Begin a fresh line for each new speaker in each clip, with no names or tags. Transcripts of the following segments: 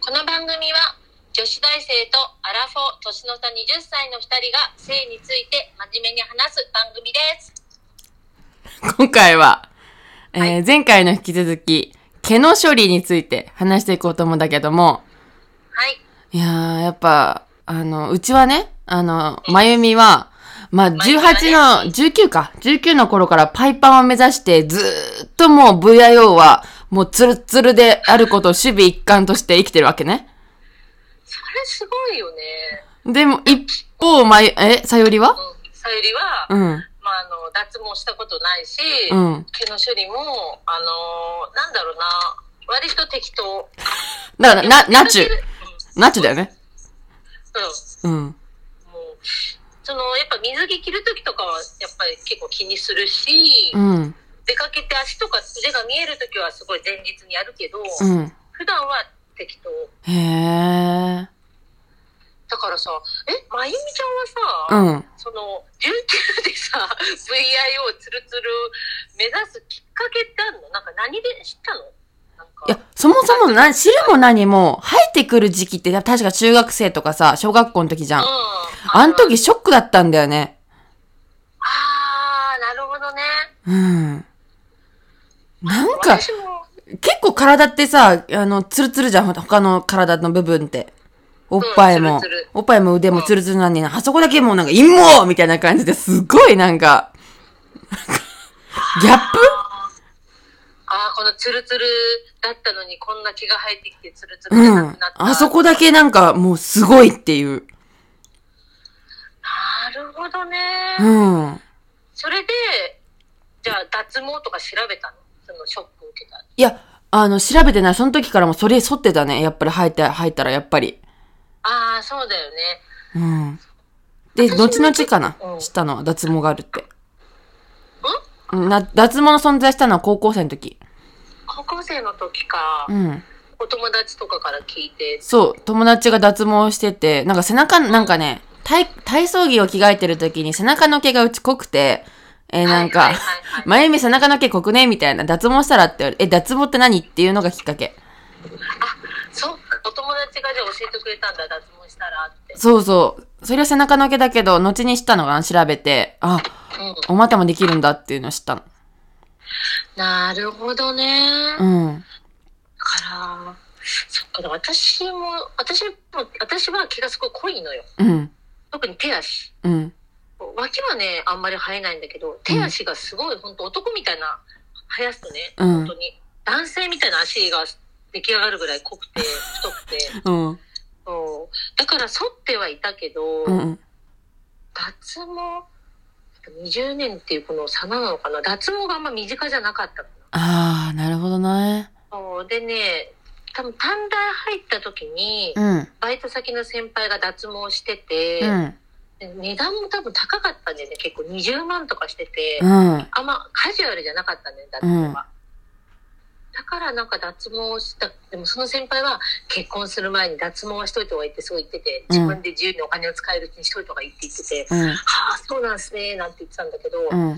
この番組は女子大生とアラフォー年の差20歳の2人が性について真面目に話す番組です
今回は、えー
は
前回の引き続き、毛の処理について話していこうと思うんだけども、
はい
いやー、やっぱ、あの、うちはね、あの、まゆみは、まあ、
まゆみはね
18の、19か、19の頃からパイパンを目指して、ずーっともう VIO は、もうツルッツルであることを守備一貫として生きてるわけね。
それすごいよね
でも、一方、まゆ、え、さより
う
は
んさゆりは、
うん。
まあ、あの脱毛したことないし、
うん。
毛の処理もあのーなんだろうな割と適当
だから、な、ナチュ
うん、
ナチュだよね。
うん
うん。
もうそのやっぱ水着着る時とかはやっぱり結構気にするし、
うん。
出かけて足とか腕が見える時はすごい前日にやるけど、
うん。
普段は適当
へー。
だからさえまゆみちゃ
うん
はさ、
ん。
その19でさ VIO つるつる目指すきっかけってあるのなんか何で知ったのなんか
いや、そもそもな、知るも何も、生えてくる時期って、確か中学生とかさ、小学校の時じゃん。あの時ショックだったんだよね。
あーなるほどね
うん。なんか、
私も
結構体ってさ、あの、ツルツルじゃん、ほ他の体の部分って。おっぱいも、
ツルツル
おっぱいも腕もツルツルなのに、あそこだけもうなんか、陰謀みたいな感じですごいなんか、ギャッ
あーこのツルツルだったのにこんな毛が生えてきてツルツ
プ
ル
う
じゃなく
ん
なっ。た、
あそこだけなんか、もうすごいっていう。
なるほどね、
うん。
それでじゃあ脱毛とか調べたのそのショックを受けた
いや、あの、調べてない。その時からもうそれ沿ってたね。やっぱり生えて、生えたらやっぱり。
ああそうだよね
うん。で、後々かな
う。ん
知ったのは脱毛があるって。うんな、脱毛の存在したのは高校生の時。
高校生の時か、
うん。
お友達とかから聞いて
そう、友達が脱毛してて、なんか背中、なんかね、体、体操着を着替えてる時に背中の毛がうち濃くて、えーなん
はい
か
はいはいはい、
まゆみ背中の毛濃くねみたいな、脱毛したらって言われえ、脱毛って何っていうのがきっかけ。
そうお友達がじゃあ教えてくれたんだ脱毛したらって
そうそう。それは背中の毛だけど、後に知ったのが調べて、あ、
うん
お股もできるんだっていうのを知ったの。
なるほどね、だ
うん。
からそっか私も私も私は毛がすごい濃いのよ
うん。
特に手足
うん。
脇はねあんまり生えないんだけど手足がすごい本当男みたいな生やすとね、
うん
本当に男性みたいな足が出来上がるぐらい濃くて太く て
うん。
そうだから剃ってはいたけど、
うん。
脱毛20年っていうこの差なのかな脱毛があんま身近じゃなかったか
ああ、なるほどね。
なそうでね多分短大入った時に
うん。
バイト先の先輩が脱毛して
う
て、
ん。
値段も多分高かったんだよね結構20万とかしてて、
うん。
あんまカジュアルじゃなかったね、脱毛
うん
は。だからなんか脱毛した、でもその先輩は結婚する前に脱毛はしといた方がいいってすごい言ってて、
うん
自分で自由にお金を使えるうちにしといた方がいいって言ってて、
うん。
はあ、そうなんすね、なんて言ってたんだけど、
うん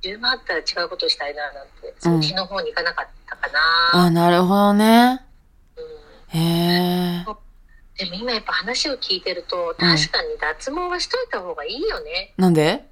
10万あったら違うことをしたいな、なんて、そっちの方に行かなかったか
あ
な。
あ、なるほどね。
うん
へえ。
でも今やっぱ話を聞いてると、確かに脱毛はしといた方がいいよね。
なんで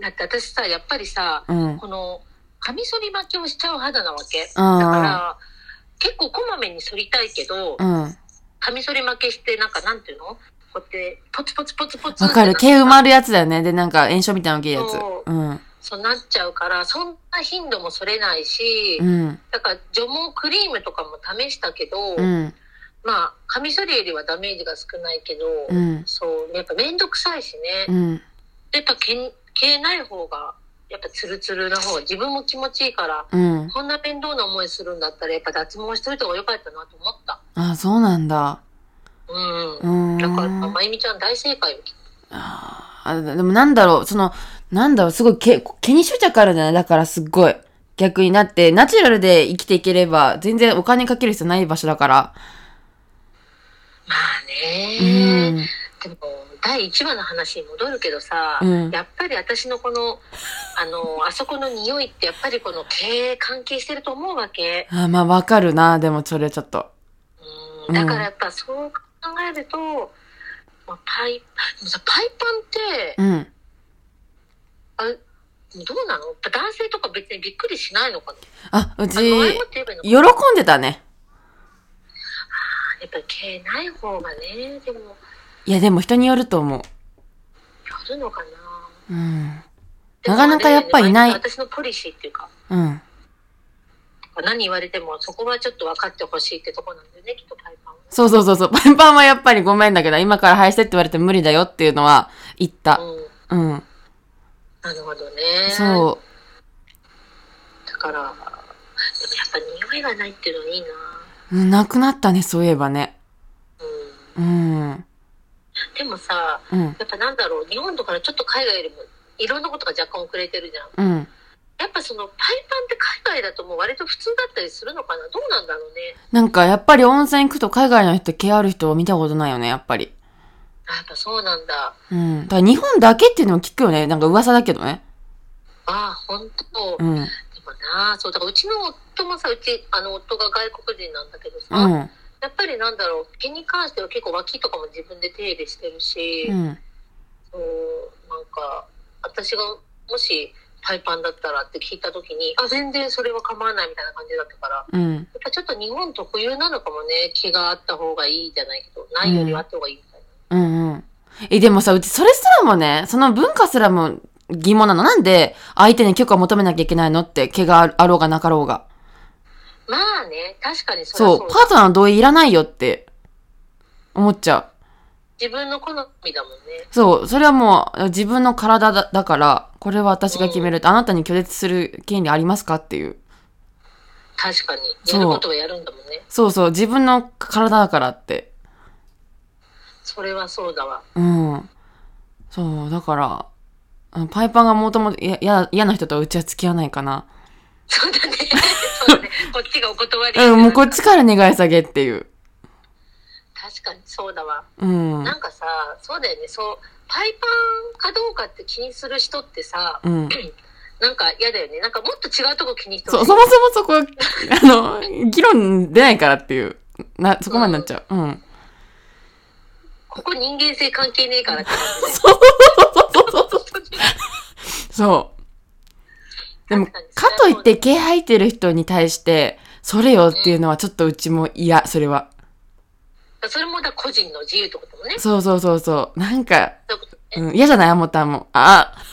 だって私さ、やっぱりさ、
うん。
この、カミソリ巻きをしちゃう肌なわけ。
う
だか
ん。
ら、結構こまめに剃りたいけど
う、ん。
カミソリ負けして、なんかなんていうのこうやって、ポツポツポツポツ。
わかる。毛埋ま
る。
るやつだよね。で、なんか炎症みたいなの受けるやつ。
そう
うん。
そうなっちゃうから、そんな頻度も剃れないし、
うん。
だから除毛クリームとかも試したけど、
うん。
まあ、カミソリよりはダメージが少ないけど、
うん
そう、やっぱめんどくさいしね。
うん。
やっぱ毛、毛ない方が、やっぱツルツルな方が自分も気持ちいいから、
うん。
こんな面倒な思いするんだったら、やっぱ脱毛しといた方が良かったなと思った。
ああ、そうなんだ。
うん
う。ん。
だから、まゆみちゃん大正解よ。
ああ、でもなんだろう、その、なんだろう、すごい毛、毛に執着あるんだね。だからすっごい。逆になって、ナチュラルで生きていければ、全然お金かける必要ない場所だから。
まあ
う
ね、
ん。
でも、第1話の話に戻るけどさ、
うん
やっぱり私のこの、あの、あそこの匂いって、やっぱりこの経営関係してると思うわけ。
あまあ、わかるな、でもそれちょっと。
うん。
う
だ
ん
からやっぱそう考えると、まあ、パイでもさパイパンって
うん。
あどうなの男性とか別にびっくりしないのかな
あ、う
あ可愛い
ち
こ、と言えばいいのかな
喜んでたね。
やっぱり毛ない方がねでもや
いや、でも人によると思う。
るのかな
うん。
でも
なかなかやっぱいない
あれだよね私のポリシーっていうか
うん。
何言われてもそこはちょっと分かってほしいってとこなんだよねきっとパイパンは
そうそうそうそう。 パンパンはやっぱりごめんだけど、今から廃してって言われて無理だよっていうのは言った。
うん
うん。
なるほどね
そ
だからでもやっぱ匂いがないっていうのはいいな
う。うんなくなったね、そういえばね。
うん
うん。
でもさ
うん。
やっぱなんだろう日本とかちょっと海外よりもいろんなことが若干遅れてるじゃん
うん。
やっぱそのパイパンって海外だともう割と普通だったりするのかなどうなんだろうね
なんか、やっぱり温泉行くと海外の人、毛ある人を見たことないよね、やっぱり。
あやっぱそうなんだ
うん。だから日本だけっていうのも聞くよね。なんか噂だけどね。
ああ本当、
うん。
で
う
もなそうだからうちの夫もさうちあの夫が外国人なんだけどさ、
ん。
やっぱりなんだろう毛に関しては結構脇とかも自分で手入れしてるし、
うん。
そうなんか私がもしパイパンだったらって聞いた時にあ全然それは構わないみたいな感じだったから
うん。
やっぱちょっと日本特有なのかもね毛があった方がいいじゃないけどないよりはあった方がいいみたい
うんうん。え、でもさ、うちそれすらもね、その文化すらも疑問なの。なんで相手に許可を求めなきゃいけないのって、毛があるあろうがなかろうが。
な、まあね確かにそりゃ
そう、
そう
パートナーの同意いらないよって思っちゃ
自分の好みだもんね
う。そう、それはもう自分の体だだから、これは私が決めるって、あなたに拒絶する権利ありますかっていう。
確かに
そう
やることはやるんだもんね
そうそう、自分の体だからって。
それはそうだわ
うん。そう、だから、あのパイパンがもともと嫌嫌嫌な人とはうちは付き合わないかな。
そうだ ねそうだねこっちがお断り
うん、もうこっちから願い下げっていう。
確かにそうだわ
うん。
なんかさそうだよねそうパイパンかどうかって気にする人ってさ
うん。
なんか嫌だよねなんかもっと違うとこ気にしてほ
そう、
しい
そもそもそこ、あの、議論出ないからっていう、な、そこまでなっちゃう。うん。
ここ人間性関係ねえから って
そう。でも、
確かに
かといって毛吐いてる人に対して、それよっていうのはちょっとうちも嫌、それは。
それもだから個人の自由ってこともね
そうそうそうそう。なんか、
そういうことね
うん、嫌じゃないアモタンも。ああ、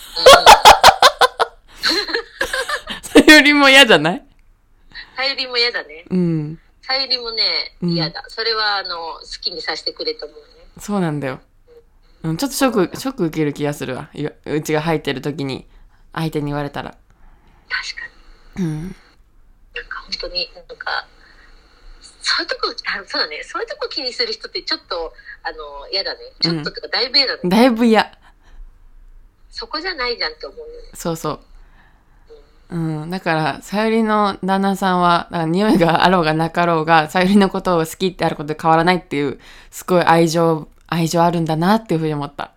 それよりも嫌じゃない
さゆりも嫌だね
うん。
さゆりもね
うん
嫌だ、それはあの好きにさせてくれと思うね
そうなんだよ。うん、ちょっとショック、ショック受ける気がするわ。いやうちが吐いてる時に、相手に言われたら。
確かに
うん。
なんか本当になんかそういうとこあそうだねそういうとこ気にする人ってちょっとあの嫌だねちょっとってかだいぶ嫌だね、
だいぶ嫌。
そこじゃないじゃんって思うよね
そうそう。うん。だから、さゆりの旦那さんは、だから匂いがあろうがなかろうが、さゆりのことを好きってあることで変わらないっていう、すごい愛情、愛情あるんだなっていうふうに思った。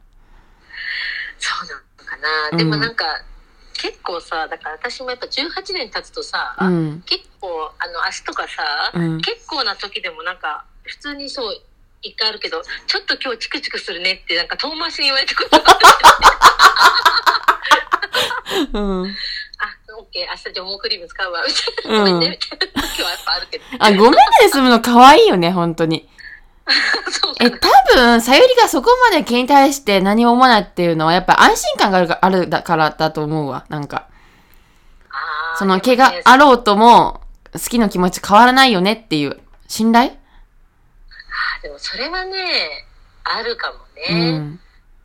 そうなのかな。
うん
でもなんか、結構さ、だから私もやっぱ18年経つとさ、
うん。
結構、あの、足とかさ、
うん
結構な時でもなんか、普通にそう、一回あるけど、ちょっと今日チクチクするねって、なんか遠回しに言われたことがある。
うん。
あ、オッケー、明日じゃあ毛クリーム使うわ、みたい
うん
な。ごめんね、みたいな時はやっぱあるけど。
あ、ごめんね、済むの可愛いよね、本当に。
そうか
え、
な。
多分、さゆりがそこまで毛に対して何も思わないっていうのは、やっぱ安心感があるかあるだからだと思うわ、なんか。
あー
その
でも
毛が
ね
あろうとも、好きの気持ち変わらないよねっていう、信頼
あでもそれはね、あるかも
う
ね。
ん。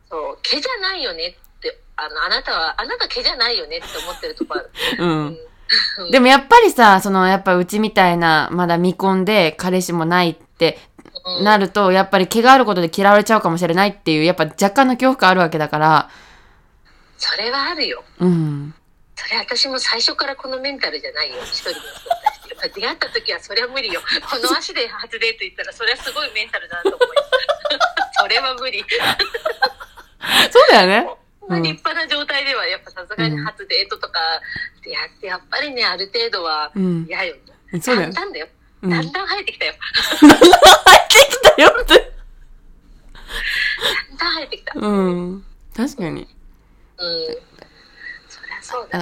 そう、毛じゃないよねって、あの、あなたは、あなた毛じゃないよねって思ってるとこある。
うん。
うん
でもやっぱりさ、そのやっぱうちみたいな、まだ未婚で彼氏もないって
うん
なると、やっぱり毛があることで嫌われちゃうかもしれないっていう、やっぱ若干の恐怖感あるわけだから、
それはあるよ。
うん。
それ私も最初からこのメンタルじゃないよ。一人の人やっぱ出会った時はそりゃ無理よ。この足で初デート言ったらそりゃすごいメンタルだなと思います。それは無理。
そうだよね。
こんな立派な状態ではやっぱさすがに初デートとかやってやっぱりね、ある程度は
うん。
嫌よ。
そうだよ
だんだ
ね。
んだよ。
うん
だんだん生えてきたよ。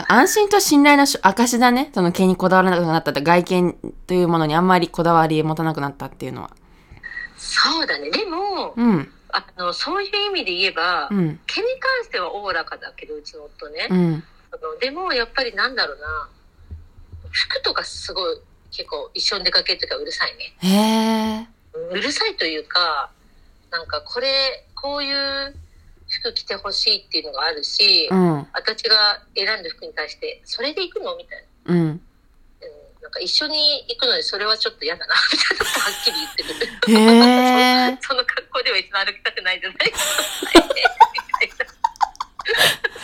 安心と信頼の証だね。その毛にこだわらなくなったって、外見というものにあんまりこだわり持たなくなったっていうのは。
そうだね。でも、
うん、
あの、そういう意味で言えば、
うん、
毛に関してはおおらかだけど、うちの夫ね。
うん。
あのでも、やっぱりなんだろうな。服とかすごい、結構一緒に出かけるときはうるさいね。
へえ。
うるさいというか、なんかこれ、こういう服着てほしいっていうのがあるし、
うん、
私が選んだ服に対して、それで行くのみたいな。
うん。
うんなんか一緒に行くのにそれはちょっと嫌だな、 みたいなことをはっきり言ってくる。
へえ。
その格好では一度歩きたくないじゃ ないですか。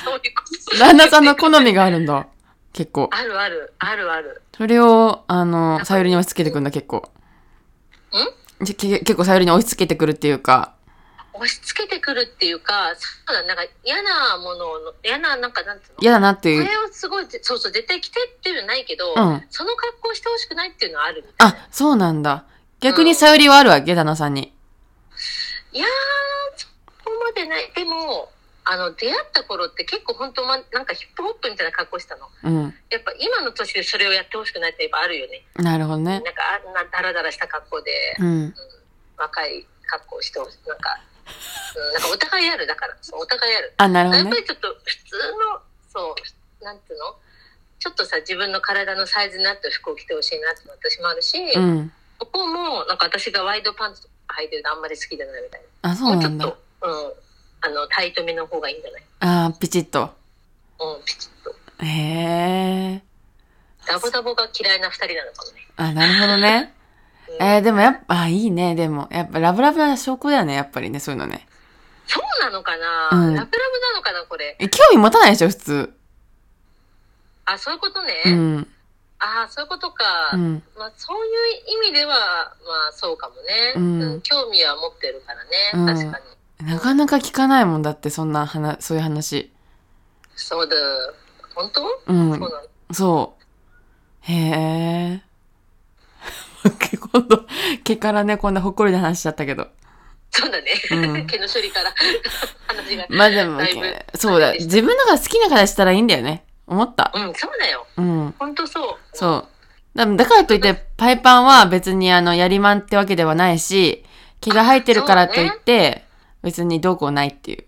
そういうこと。
旦那さんの好みがあるんだ。結構。
あるある、あるある。
それを、あの、さゆりに押し付けてくんだ、結構。じゃけ結構さゆりに押し付けてくるっていうか。
押し付けてくるっていうか、そうだ、なんか嫌なものを、嫌な、なんかなんつうの
嫌だなっ
こ
ていう。
れをすごい、そうそう、絶対着てっていうのはないけど、
うん
その格好してほしくないっていうのはあるみたいな。
あ、そうなんだ。逆にさゆりはあるわけ、旦那さんに。
いやー、そこまでない。でも、あの、出会った頃って結構本当、ま、なんかヒップホップみたいな格好したの。
うん。
やっぱ今の年でそれをやってほしくないってやっぱあるよね。
なるほどね。
なんかあんなダラダラした格好で、
うん。
若い格好してほしい。なんか、うん、なんかお互いある。だから、そうお互いある。
あ、なるほ
や
ど
っぱ
ね。
りちょっと普通の、そう、なんていうのちょっとさ、自分の体のサイズになった服を着てほしいなって私もあるし、
うん。
ここも、なんか私がワイドパンツとか履いてるのあんまり好きじゃないみたい
あ、そ
な。
う
もうち
な
ょ
ん
っ
だ
と。、うん、あの、タイトめの方がいいんじゃない
あー、ピチッと。
うん、ピチッと。
へえ。
ダボダボが嫌いな二人なのかもね。
あ、なるほどね。
うん
えー、でもやっぱ、あ、いいね。でも、やっぱラブラブな証拠だよね、やっぱりね、そういうのね。
そうなのかな、
う
ラ
ん
ブラブなのかなこれ。
え興味持たないでしょ、普通。
あ、そういうことね。
うん。
ああ、そういうことか。
うん。
まあ、そういう意味では、まあ、そうかもね、
うん
興味は持ってるからね、
うん
確かに。
なかなか聞かないもんだって、そんな話、そういう話。
そうだ。本当、
うん
そう。なの。
そう。へえ。 今度、毛からね、こんなほっこりな話しちゃったけど。
そうだね。
う ん
毛の処理から話が。
まあでも
だいぶ、
そうだ。自分のが好きな形したらいいんだよね。思った。
うん、そうだよ。
うん。
本当そう。
そう。だだからといって、パイパンは別にあの、やりまんってわけではないし、毛が生えてるからといって、別にどうこうないっていう。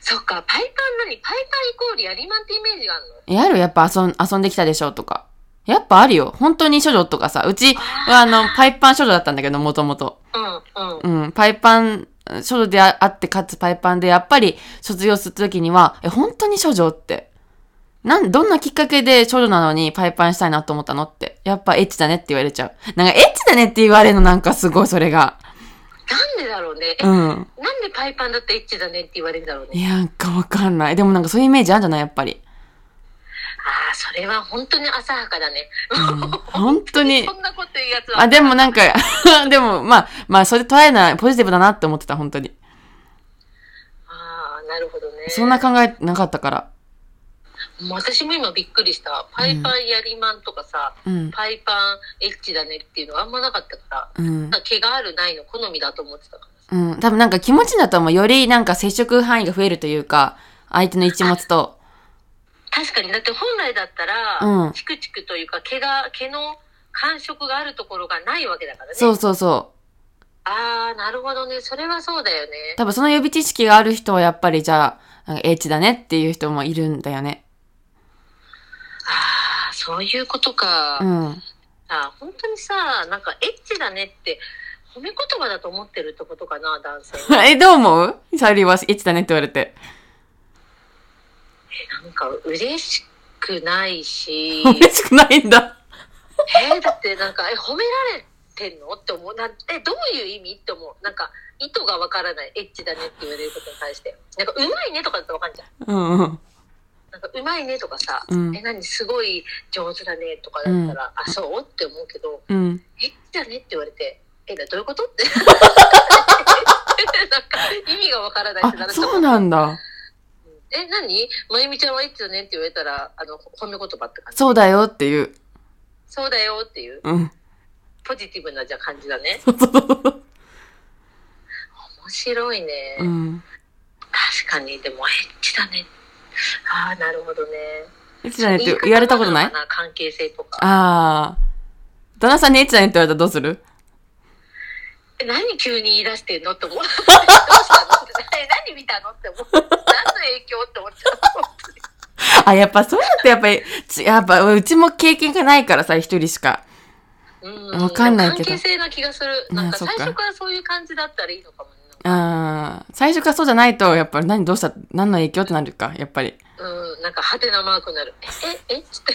そっか、パイパン何パイパンイコールやりまんってイメージがあるの
やるやっぱ遊ん遊んできたでしょとか。やっぱあるよ。本当に処女とかさ。うちはあの、パイパン処女だったんだけど、もともと。
うん、うん。
うん、パイパン、処女でああって、かつパイパンで、やっぱり卒業するときには、え、本当に処女って。なん、どんなきっかけで処女なのにパイパンしたいなと思ったのって。やっぱエッチだねって言われちゃう。なんかエッチだねって言われるのなんかすごいそれが。
なんでだろうね。え、
うん。
なんでパイパンだってエッチだねって言われるんだろう
い
ね。
や、なんかわかんない。でもなんかそういうイメージあるんじゃないやっぱり。
ああ、それは本当に浅はかだね。
うん、本当 に
そ。んなこと言うやつは。
あ、でもなんか、 でもまあ、まあそれ捉えない、ポジティブだなって思ってた、本当に。
ああ、なるほどね。
そんな考えなかったから。
もう私も今びっくりした。パイパンやりまんとかさ、
うん。
パイパンエッチだねっていうのがあんまなかったから、
うん。
なんか毛があるないの好みだと思ってたから。
うん、多分なんか気持ちだと思う。よりなんか接触範囲が増えるというか、相手の一物と。
確かに、だって本来だったら、
うん
チクチクというか毛が、毛の感触があるところがないわけだからね。
そうそうそ
ああ、なるほどね。それはそうだよね
う。。多分その予備知識がある人はやっぱりじゃあ、なんかエッチだねっていう人もいるんだよね。
ああ、そういうことか。
うん。
あー本当にさ、なんかエッチだねって褒め言葉だと思ってるってことかな、男性。
え、どう思うサリーはエッチだねって言われて。
なんか嬉しくない し。
嬉しくないんだ。
えーだってなんか、え、褒められてんのって思う。なんえ、どういう意味って思う。なんか、意図がわからない。エッチだねって言われることに対して。なんか、うまいねとかだとわかんじゃん。
うんうん。
なんか、うまいねとかさ、
うん
え、何、すごい上手だねとかだったら、あ、そうって思うけど、
うん。
エッチだねって言われて、え、どういうこと って。なんか、意味がわからないってな
あ、
る
そうなんだ。
え、何まゆみちゃんはエッチだねって言われたら、あの、褒め言葉って感じ。
そうだよっていう。
そうだよっていう、
うん。
ポジティブなじゃあ感じだ ね。
そうそうそう。
面白いね。
うん。
確かにでもエッチだねああなるほどね
エッチだねって言われたことない
言方のか関係性とか。
ああ。旦那さんにエッチだねって言われたらどうする
え何急に言い出してんのって 思う。どう したのってえ何見たのって思う。何の影響って思っちゃう。本当に
あ、やっぱそうやってやっぱり、ちやっぱうちも経験がないからさ、一人しか。
うん
わかんないけど
関係性な気がする。なんか
そっ
最
か
初からそういう感じだったらいいのかもね。
あー最初からそうじゃないと、やっぱり何どうした、何の影響ってなるか、やっぱり。
うん、なんか派手なマークになる。え、え、えつって。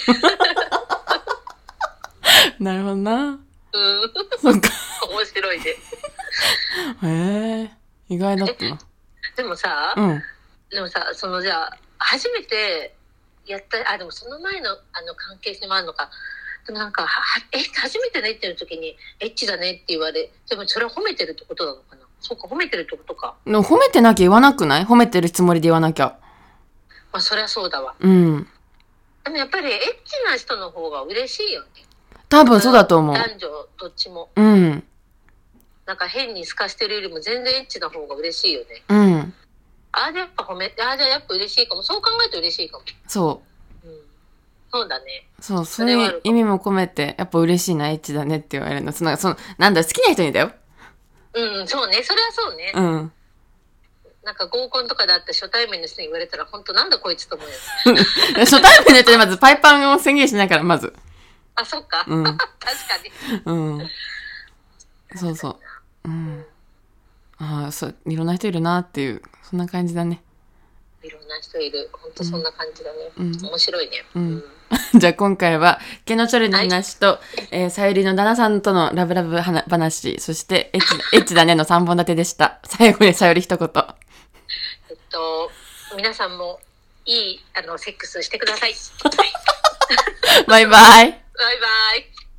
なるほどな。
うん、
そっか。
面白いで。
へえ。意外だったな。
でもさ、
うん。
でもさ、そのじゃあ、初めてやった、あ、でもその前のあの関係性もあるのか。でもなんか、ははえ、初めてねってる時に、エッチだねって言われ、でもそれは褒めてるってことなのかな。そうか、褒めてるってことか。
でも褒めてなきゃ言わなくない褒めてるつもりで言わなきゃ。
まあ、そりゃそうだわ。
うん。
でもやっぱり、エッチな人の方が嬉しいよね。
多分そうだと思う。
男女、どっちも。
うん。
なんか変に透かしてるよりも全然エッチな方が嬉しいよね。
うん。
ああ、じゃあやっぱ褒め、ああ、じゃあやっぱ嬉しいかも。そう考えると嬉しいかも。
そ
うん。そうだね。
う。そう、そ
そうれはあ
いう
るかも
意味も込めて、やっぱ嬉しいな、エッチだねって言われるの。その、その、なんだ、好きな人にだよ。
うんうん、そうね。それはそうね。
うん。
なんか合コンとかであって初対面の人に言われたら、本当なんだこいつと思うよ。
初対面の人にまずパイパンを宣言しないから、まず。
あ、そっか。
うん
確かに。
うん。そうそう。うん。ああ、そう、いろんな人いるなっていう、そんな感じだね。
いろんな人いる。本当そんな感じだね。
うん
面白いね。
うんじゃあ今回は、毛のチョレの話と、えーさゆりの旦那さんとのラブラブ話話、そして、エッチ、エッチだねの3本立てでした。最後にさゆり一言。
えっと、皆さんもいい、あの、セックスしてください。
バイバ
バ
イ。
イバイ。